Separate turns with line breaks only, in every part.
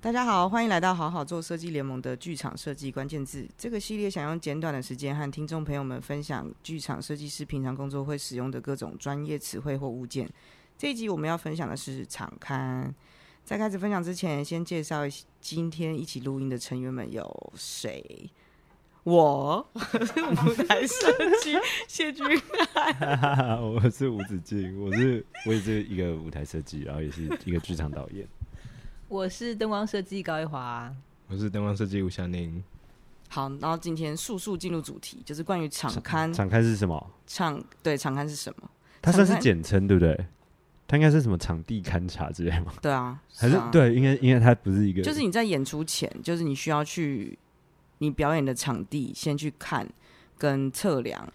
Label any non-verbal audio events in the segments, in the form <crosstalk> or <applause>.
大家好，欢迎来到好好做设计联盟的剧场设计关键字这个系列，想用简短的时间和听众朋友们分享剧场设计师平常工作会使用的各种专业词汇或物件。这一集我们要分享的是场刊。在开始分享之前，先介绍一今天一起录音的成员们有谁？我 <laughs> 是舞台设计谢君
哈哈哈， <laughs> 我是吴子敬，我是我也是一个舞台设计，然后也是一个剧场导演。
我是灯光设计高一华，啊
我是灯光设计吴祥宁，
好，然后今天速速进入主题，就是关于场刊。
场刊是什么？
嗯场对场刊是什么？
它算是
场刊
简称对不对？它应该是什么场地勘察之类吗？
对啊，
还是
啊、，
对？应该应该它不是一个，
就是你在演出前，就是你需要去你表演的场地先去看跟测量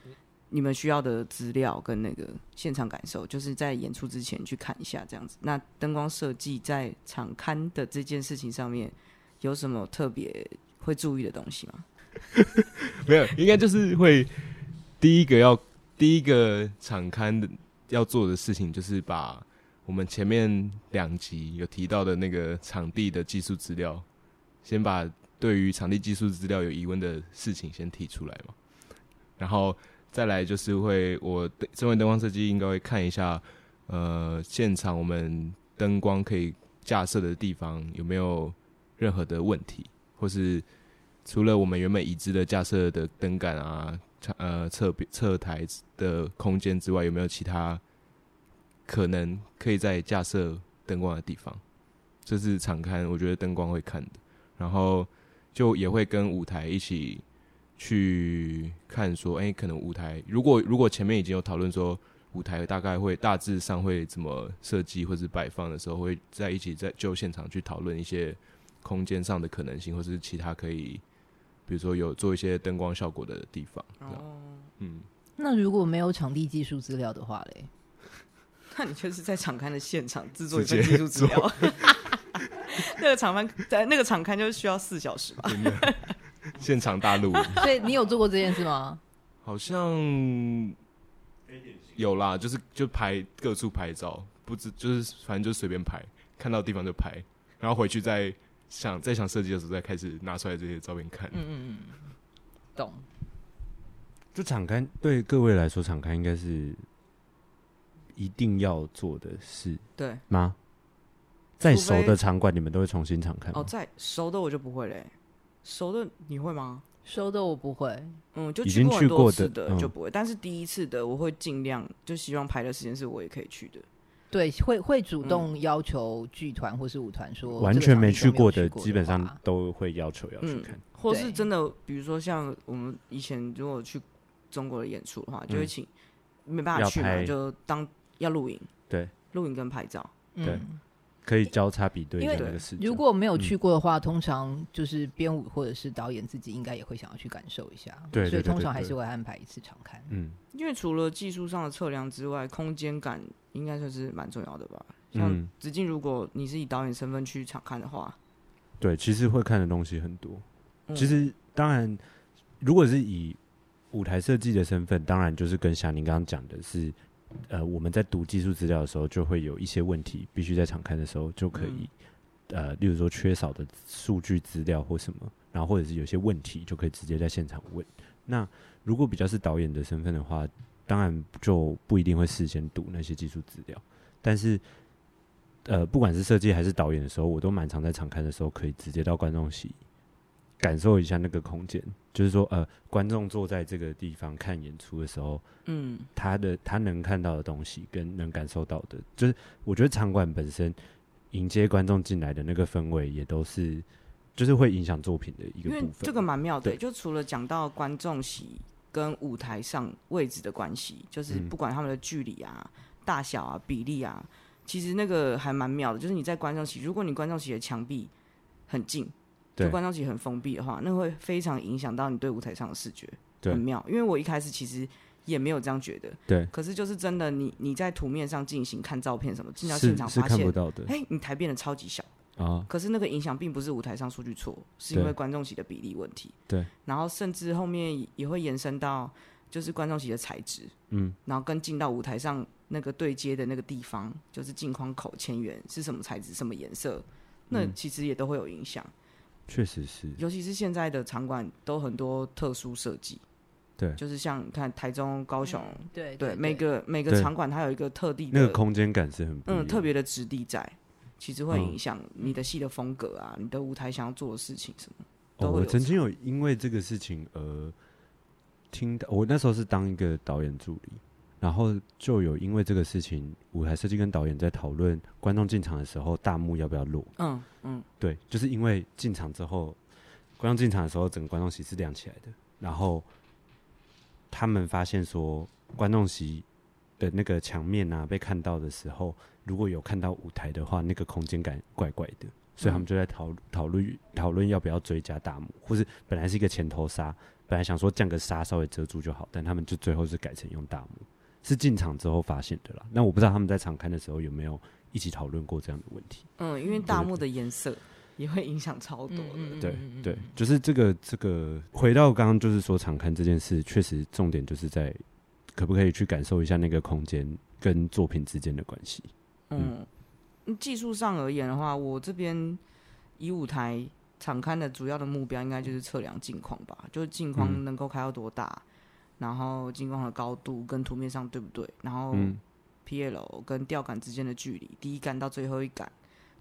你们需要的资料跟那个现场感受，就是在演出之前去看一下这样子。那灯光设计在场刊的这件事情上面有什么特别会注意的东西吗？ <laughs>
<laughs> 没有，应该就是会第一个要第一个场刊的要做的事情，就是把我们前面两集有提到的那个场地的技术资料，先把对于场地技术资料有疑问的事情先提出来嘛，然后再来就是会我身为灯光设计，应该会看一下呃现场我们灯光可以架设的地方有没有任何的问题，或是。除了我们原本已知的架设的灯杆啊、插呃侧边侧台的空间之外，有没有其他可能可以在架设灯光的地方？这是场刊，我觉得灯光会看的。然后就也会跟舞台一起去看，说，哎、可能舞台如果如果前面已经有讨论说舞台大概会大致上会怎么设计或是摆放的时候，会在一起在就现场去讨论一些空间上的可能性，或是其他可以，比如说有做一些灯光效果的地方。这样
哦，
嗯，
那如果没有场地技术资料的话嘞， <laughs>
那你就是在场刊的现场制作一
直
份
接
技术资料。 <laughs> 那个场刊在那个场刊就是需要四小时吧？
真的现场大录，
所以你有做过这件事吗？
好像有啦，就是就拍各处拍照，不知就是反正就随便拍，看到地方就拍，然后回去再想再想设计的时候再开始拿出来这些照片看。
嗯嗯嗯，懂。
就场刊对各位来说，场刊应该是一定要做的事
对，
吗？再
除
熟
非
的场馆，你们都会重新场刊
嗯
哦，
吗？
在熟的我就不会嘞，熟的你会吗？
收的我不会，
嗯，就
已
去
经
过
去
很多
过
次
的
的
嗯
就不会，但是第一次的我会尽量就希望排的时间是我也可以去的。
对，会会主动要求剧团或是舞团说
完
这个
全
场地
没
都
去过
的
的，，基本上
话
都会要求要去
嗯
看。
或是
对
真的，比如说像我们以前如果去中国的演出的话，就会请、没办法
嗯要
去嘛，
拍
就当要录影，
对，
录影跟拍照，
对
嗯，
可以交叉比对一
因
下
为
那个视角
如。果没有去过的话，通常就是编舞或者是导演自己应该也会想要去感受一下，
对对
所以
对
通
对
常还
对
是会安排一次场看。
嗯，
因为除了技术上的测量之外，空间感应该算是蛮重要的吧。像
嗯
子敬，如果你是以导演身份去场看的话，
对，其实会看的东西很多。
嗯
其实当然，如果是以舞台设计的身份，当然就是跟霞宁刚刚讲的是，呃，我们在读技术资料的时候，就会有一些问题，必须在场刊的时候就可以，呃，例如说缺少的数据资料或什么，然后或者是有些问题就可以直接在现场问。那如果比较是导演的身份的话，当然就不一定会事先读那些技术资料，但是。呃，不管是设计还是导演的时候，我都蛮常在场刊的时候，可以直接到观众席感受一下那个空间，就是说，呃，观众坐在这个地方看演出的时候，
嗯，
他的他能看到的东西跟能感受到的，就是我觉得场馆本身迎接观众进来的那个氛围，也都是就是会影响作品的一个
因为
部分。
这个蛮妙的、
对
就除了讲到观众席跟舞台上位置的关系，就是
嗯
不管他们的距离啊、大小啊、比例啊，其实那个还蛮妙的。就是你在观众席，如果你观众席的墙壁很近，就
对
观众席很封闭的话，那会非常影响到你对舞台上的视觉，
对
很妙。因为我一开始其实。也没有这样觉得，
对
可是就是真的你，你在图面上进行看照片什么，进到现场
是是
发
看不
现，
到的
哎、你台变得超级小。
啊，
可是那个影响并不是舞台上数据错，是因为
对
观众席的比例问题。
对，
然后甚至后面也会延伸到就是观众席的材质，
嗯，
然后跟进到舞台上那个对接的那个地方，就是镜框口、前缘是什么材质、什么颜色，那
嗯
其实也都会有影响。
确实是，
尤其是现在的场馆都很多特殊设计，
对
就是像你看台中、高雄，
对
嗯对每个每个
对
场馆它有一个特地的
那个空间感是很不
嗯
一样
特别的质地在，其实会
嗯
影响你的戏的风格啊，你的舞台想要做的事情什么。
哦，
都会
我
有
曾经有因为这个事情而听到，我那时候是当一个导演助理，然后就有因为这个事情，舞台设计跟导演在讨论观众进场的时候大幕要不要落。
嗯嗯，
对，就是因为进场之后，观众进场的时候，整个观众席是亮起来的，然后他们发现说，观众席的那个墙面啊被看到的时候，如果有看到舞台的话，那个空间感怪怪的，所以他们就在讨讨论讨论要不要追加大幕，或是本来是一个前头纱，本来想说降个纱稍微遮住就好，但他们就最后是改成用大幕。是进场之后发现的啦，那我不知道他们在场刊的时候有没有一起讨论过这样的问题。
嗯，因为大幕的颜色也会影响超多的。
嗯嗯嗯
对
嗯嗯
对
嗯，
就是这个这个，回到刚刚就是说场刊这件事，确实重点就是在可不可以去感受一下那个空间跟作品之间的关系。
嗯，嗯技术上而言的话，我这边以舞台场刊的主要的目标，应该就是测量镜框吧，就是镜框能够开到多大，然后镜框的高度跟图面上对不对，然后
嗯，
PL 跟吊杆之间的距离，第一杆到最后一杆，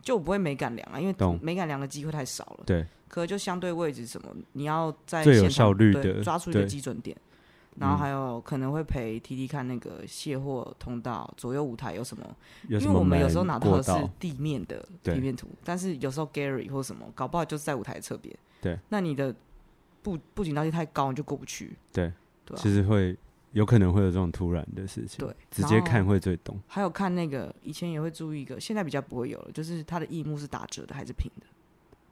就我不会美感量啊，因为
懂
美感量的机会太少了。
对，
可就相对位置什么，你要在
最有
现场
效率
对
的
抓出一个
对
基准点，然后
嗯
还有可能会陪 T T 看那个卸货通道左右舞台有什么，
有什
因为
么
我们有
门
时候拿到
过
的是啊
道
地面的
对
地面图，但是有时候 Gary 或什么，搞不好就是在舞台的侧边。
对，
那你的布布景道具太高，你就过不去。
对，
对、啊，
其实会有可能会有这种突然的事情，
对，
直接
然后
看会最懂。
还有看那个，以前也会注意一个，现在比较不会有了，就是它的翼幕是打折的还是平的，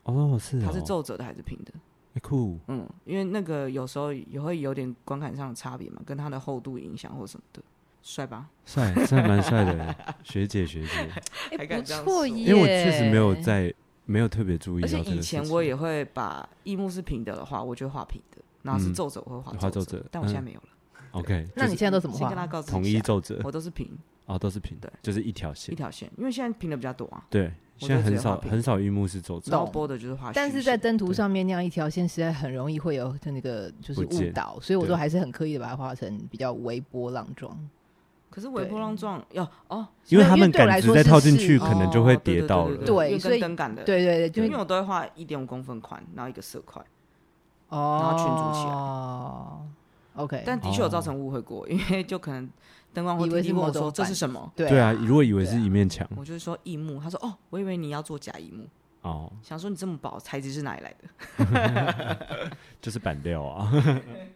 哦，是哦，
它是皱褶的还是平的？
哎酷，
嗯，因为那个有时候也会有点观感上的差别嘛，跟它的厚度影响或什么的，帅吧？
帅，帅蛮帅的，学姐学姐，
<laughs>
哎
还敢
不
这样
错
说
因为我确实没有在没有特别注意
而且
到这个事情，
以前我也会把翼幕是平的的话，我就会画平的，然后是
嗯
皱褶我会
画
画
皱
皱
褶
褶，但我现在
嗯
没有了。
OK，
那你现在都怎么
先跟
画？
他告知
统
一
一
下
皱褶
我都是平
哦，都是平的
对，
就是一条线
一，条线，因为现在平的比较多啊，
对，
我
现在
都直
很
接画
少
平
很少一幕是走
然
走，
后播的就是画虚线。
但是在登图
对
上面那样一条线，实在很容易会有那个就是
不见
误导，所以我都
对
还是很刻意的把它画成比较微波浪状。
可是微波浪状要哦，
因为
对
他
因为
们
对
杆
我来
子
说
再
是
套进
是
去，可能就会
哦对
跌
对
到
对
了。啊
对
因为
所以
跟灯杆的，
对对对，就
因
是
为我都会画一点五公分宽，然后一个色块，
哦，
然后群组起来
哦，OK，
但的确有造成误会过，因为就可能灯光会
哦以为是
问
某
我
种
说这是
板
什么，
对
对啊，
啊，
如果以为是
对啊
一面墙
我就是说硬木，他说哦，我以为你要做假硬木，
哦，
想说你这么薄，材质是哪里来的？
就是板料啊，
<laughs>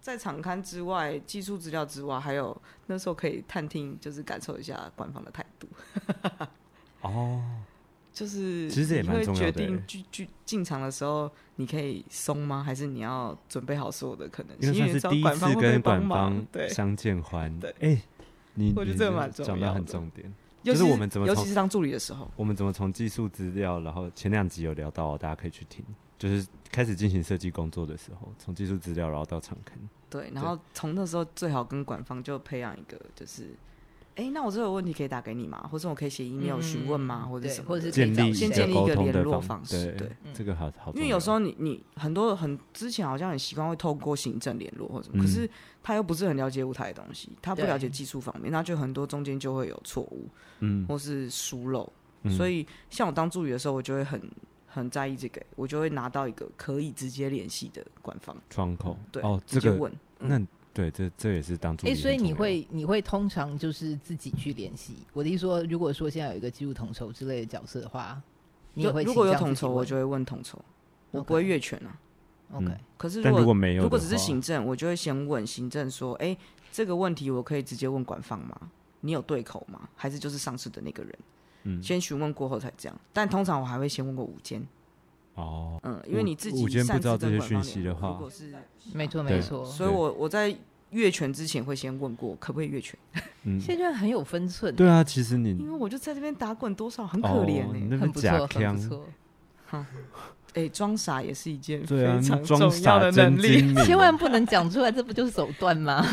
在场刊之外，技术资料之外，还有那时候可以探听，就是感受一下官方的态度。
<laughs> 哦，
就是
其实这也
你
蛮
会
重要
决
的欸
定剧剧进场的时候，你可以松吗？还是你要准备好所有的可能
因
性？因为
为算
你
是
知道
第一
管方
次
会不会
跟
帮
管
忙
方
对，
相见欢
对，
哎，你
我觉得
你
这
真
蛮
的
重
讲
要
到很
的
重点，
尤
就
其
是我们怎么
尤
从
其是当助理的时候，
我们怎么从技术资料，然后前两集有聊到，啊大家可以去听，就是开始进行设计工作的时候，从技术资料然后到场刊，
对，然后从那时候最好跟管方就培养一个，就是，哎、那我这有问题可以打给你吗？或者我可以写 email 询问吗？
嗯
或者
对
什么
或
的？
者是可以
建立
找
先
一
建立一
沟
个
通
联
的
络
方
方式
对
对，嗯
这个好好重要，
因为有时候你你很多很之前好像很习惯会透过行政联络或什么，
嗯
可是他又不是很了解舞台的东西，他不
对
了解技术方面，那就很多中间就会有错误
嗯，
或是疏漏。
嗯
所以像我当助理的时候，我就会很很在意这个，我就会拿到一个可以直接联系的官方，
窗口
对，
哦，
直
这
接
个
问。嗯
那对，这这也是当助理
哎，
很重
所
要。
以你会你会通常就是自己去联系。我的意思说，如果说现在有一个技术统筹之类的角色的话，你也
就
会
如果有
倾向
统
自己
筹，
问
我就会问统筹，我不会
OK
越权啊。
OK
嗯。
可是
但
如
如
果
果没有的话，
如果只是行政，我就会先问行政说：“哎、这个问题我可以直接问管方吗？你有对口吗？还是就是上次的那个人？
嗯
先询问过后才这样。但通常我还会先问过午间，
哦，
嗯，因为
午
你自己
午间不
擅
知道
自
这
跟
些
管方
讯息
联络
的话
如果是，
没错
对
没错。
所以我我在越权之前会先问过可不可以越权，
嗯，
现在很有分寸，
对啊，其实你
因为我就在这边打滚多少，嗯很可怜欸
哦你
呢、
那边
很不错，
假
很
腔
不，错。
哎、装、傻也是一件
对啊
非，常重
装
要的
傻真
能力。
精明，
千万不能讲出来，这不就是手段吗？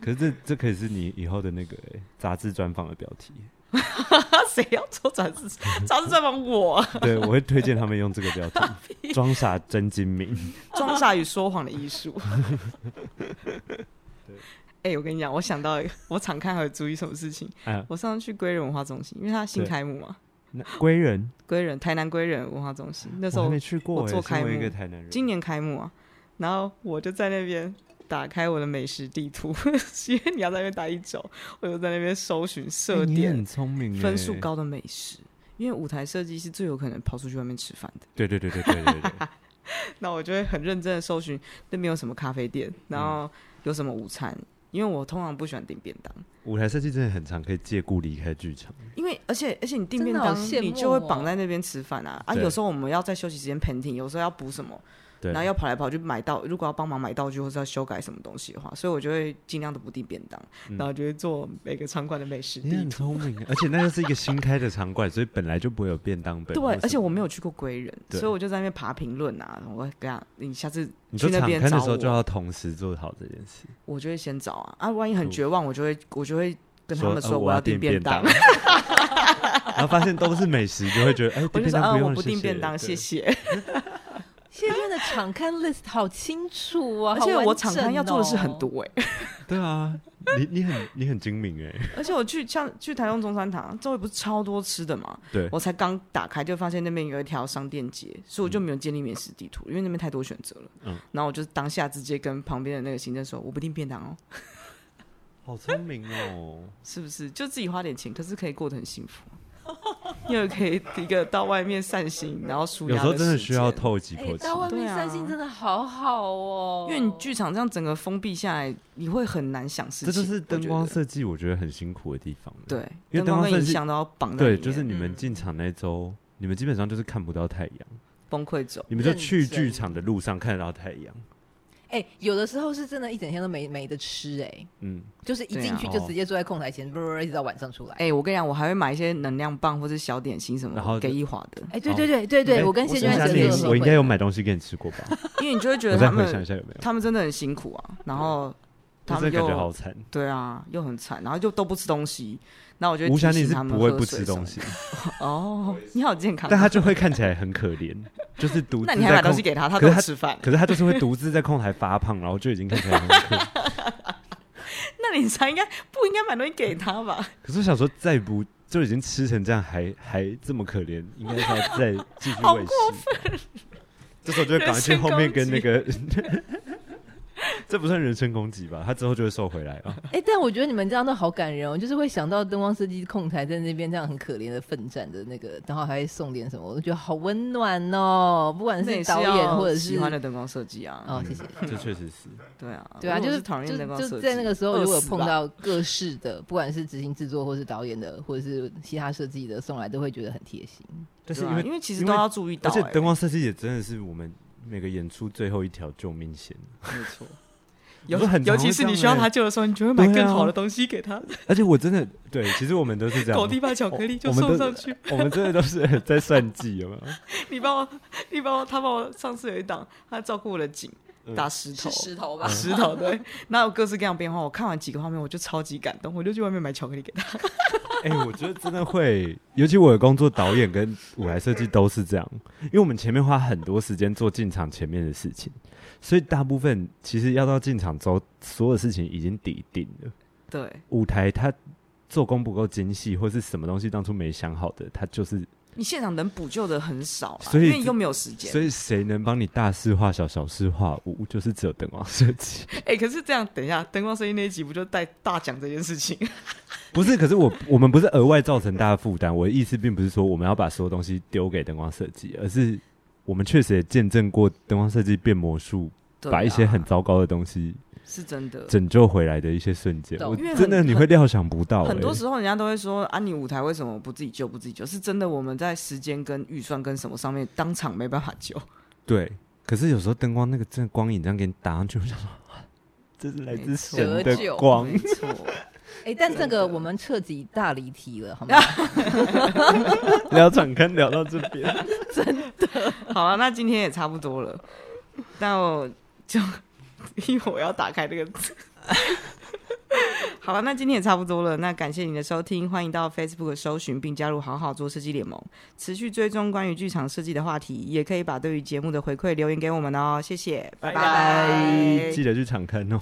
可可是这这可以是你以后的那个、欸杂志专访的标题， <laughs>
<laughs> 谁要做杂志？杂志专访我
<laughs>
啊，
对我会推荐他们用这个标
<laughs>
题，装傻真精明。
装傻与说谎的艺术。 <laughs> 哎、我跟你讲，我想到一个，我常看还有注意什么事情。
啊，
我上次去归仁文化中心，因为它新
对
开幕嘛，
那归人
归仁台南归仁文化中心那时
我还
候
没去过、
我
欸，
做开
身为
幕
一个台南人，
今年开幕啊，然后我就在那边打开我的美食地图， <laughs> 因为你要在那边待一周，我就在那边搜寻
欸
设
你
点
很聪明、欸，
分数。高的美食，因为舞台设计是最有可能跑出去外面吃饭的。
对对对对对对对， <laughs>
那我就会很认真的搜寻那边有什么咖啡店，
嗯
然后有什么午餐，因为我通常不喜欢订便当，
舞台设计真的很常可以借故离开剧场。
因为而且而且你订便
真的好
当，
羡慕
你就会
哦
绑在那边吃饭啊啊！
对
有时候我们要在休息时间 painting，有时候要补什么，
对，
然后要跑来跑去买道，如果要帮忙买道具或是要修改什么东西的话，所以我就会尽量都不订便当，
嗯
然后就会做每个场馆的美食
你
地
很
图。
聪明， <laughs> 而且那又是一个新开的场馆，所以本来就不会有便当本。
对，而且我没有去过归人，
对
所以我就在那边爬评论啊，我会跟他，你下次
你
去
说
那
场
边
刊
找
的
我。
时候就要同时做好这件事，
我就会先找啊啊，万一很绝望，我就会我就会跟他们
哦呃
说
我
要
<laughs> 订
订便
当
当，，
然后发现都是美食，就会觉得
<laughs>
哎，
我
订
就
便
说
当
啊，
用
我
了
不订便当，
谢
谢
对
谢。
谢娟的场刊 list 好清楚啊，
而且
<laughs> 好完
我场刊
整
要做的事
哦
很多哎，
对啊，你你很你很精明哎，
<laughs> 而且我去像去台中中山堂周围不是超多吃的嘛，
对
我才刚打开就发现那边有一条商店街，所以我就没有建立美食地图，因为那边太多选择了。
嗯
然后我就当下直接跟旁边的那个行政说，我不订便当哦，
好聪明哦。
是不是？就自己花点钱，可是可以过得很幸福。因为可以一个到外面散心，然后舒压。
有时候真的需要。透几
哎、
口气，
到外
对
面
啊
散心真的好好哦，
因为你剧场这样整个封闭下来，你会很难想事
这
情。
就是灯光
我觉
设计，我觉得很辛苦的地方。
得，
因
对，
为
灯
灯
光
光
跟
设
影
计
像都要绑在里
对，
面，
就是你们
嗯
进场那周，你们基本上就是看不到太阳，
崩溃走。
你们就去
认真
剧场的路上看得到太阳。
哎、有的时候是真的，一整天都没没得吃、哎，
嗯，
就是一
对
进
啊
去就
哦
直接坐在空台前，啵、啵啵一直到晚上出来。
哎、我跟你讲，我还会买一些能量棒或者小点心什么，
然后
给一华的， <laughs>
哎、对对对对对，
哎
我跟谢娟
我
我
想
在
想
起
这个
来
时候
我应该有
会
买东西给你吃过吧？
因为你就会觉
我
得
再
他
回想一
们
下有没有？
他们真的很辛苦啊，然后
我
他
真
们
的感觉
又
好惨。
对啊，又很惨，然后就都不吃东西，然后我就
吴
提
霞你
醒
是
他们
不会
喝
不
水
吃
什么
东西，
的哦， <laughs> 你好健康，
但他就会看起来很可怜，就是
<laughs>
独
那
自
你还买
在
东
空
西，给他，他
可
都
是
不
他
吃
<laughs>
饭，
可是他就是会独自在空台发胖，然后就已经看起来很可怜。 <laughs>
那你才应该不应该买东西给他吧？
<laughs>
可是我想说，再不就已经吃成这样，还还这么可怜，应该是要再继续
好
喂食。这时候就会赶快去后面跟那个，这不算人身攻击吧？他之后就会瘦回来啊。
哎、但我觉得你们这样都好感人哦，就是会想到灯光设计控台在那边这样很可怜的奋战的那个，然后还会送点什么，我都觉得好温暖哦。不管
那也
是
是
导演
要
或者是
喜欢的灯光设计啊，
哦，谢谢。
这确实是，
对啊，
对啊，
如果
就是
是讨
就
厌灯光
是
设
就
计，
在那个时候，如果
饿死吧
<laughs>
碰到各式的，不管是执行制作或是导演的，或者是其他设计的送来，都会觉得很贴心。
但是
对啊
因为
因为其实
因
都
为
要注意到、
而且
欸
灯光设计也真的是我们每个演出最后一条救命线。
没错。 <laughs>
我很
尤
常
其
会
是
这样
你需要
欸
他救的时候，你就会买
对啊
更好的东西给他，
而且我真的对，其实我们都是这样
狗，地吧巧克力就
哦我们
送
都
上去。 <laughs>
<laughs> 我们真的都是在算计，有没 <laughs> 有？
你帮我，你帮我，他帮我上次有一档，他照顾我的颈，
嗯
打石头，
头嗯
打 <laughs> 石头对，那有各式各样的变化。我看完几个画面，我就超级感动，我就去外面买巧克力给他。
哎、我觉得真的会，尤其我的工作导演跟舞台设计都是这样，因为我们前面花很多时间做进场前面的事情，所以大部分其实要到进场之后，所有事情已经底定了。
对
舞台它做工不够精细，或是什么东西当初没想好的，它就是，
你现场能补救的很少啦，
所以
因为你又没有时间
所。以谁能帮你大事化小，小事化无，就是只有灯光 <laughs> 设计。
哎、可是这样，等一下灯光声音那一集不就带大讲这件事情？
不是，可是我我们不是额外造成大家负担。我的意思并不是说我们要把所有东西丢给灯光设计，而是我们确实也见证过灯光设计变魔术，
对
把一些
啊
很糟糕的东西
是真的。
拯救回来的一些瞬间。
懂
我
因为很
真的你会料想不到、欸，
很多时候人家都会说啊，你舞台为什么不自己救不自己救？是真的，我们在时间跟预算跟什么上面当场没办法救。
对。可是有时候灯光那个真的光影这样给你打上去，我想说，啊这是来自神
<laughs>
没
的 <laughs>
错
光。 <laughs>
没错，
哎，但这个我们彻底大离题了，好吗？
聊场刊聊到这边，
<laughs> 好了，那今天也差不多了， <laughs> 那我就因为我要打开这个 <laughs> 好了，那今天也差不多了。那感谢你的收听，欢迎到 Facebook 搜寻并加入“好好做设计联盟”，持续追踪关于剧场设计的话题，也可以把对于节目的回馈留言给我们哦。谢谢，拜
记得去场看哦。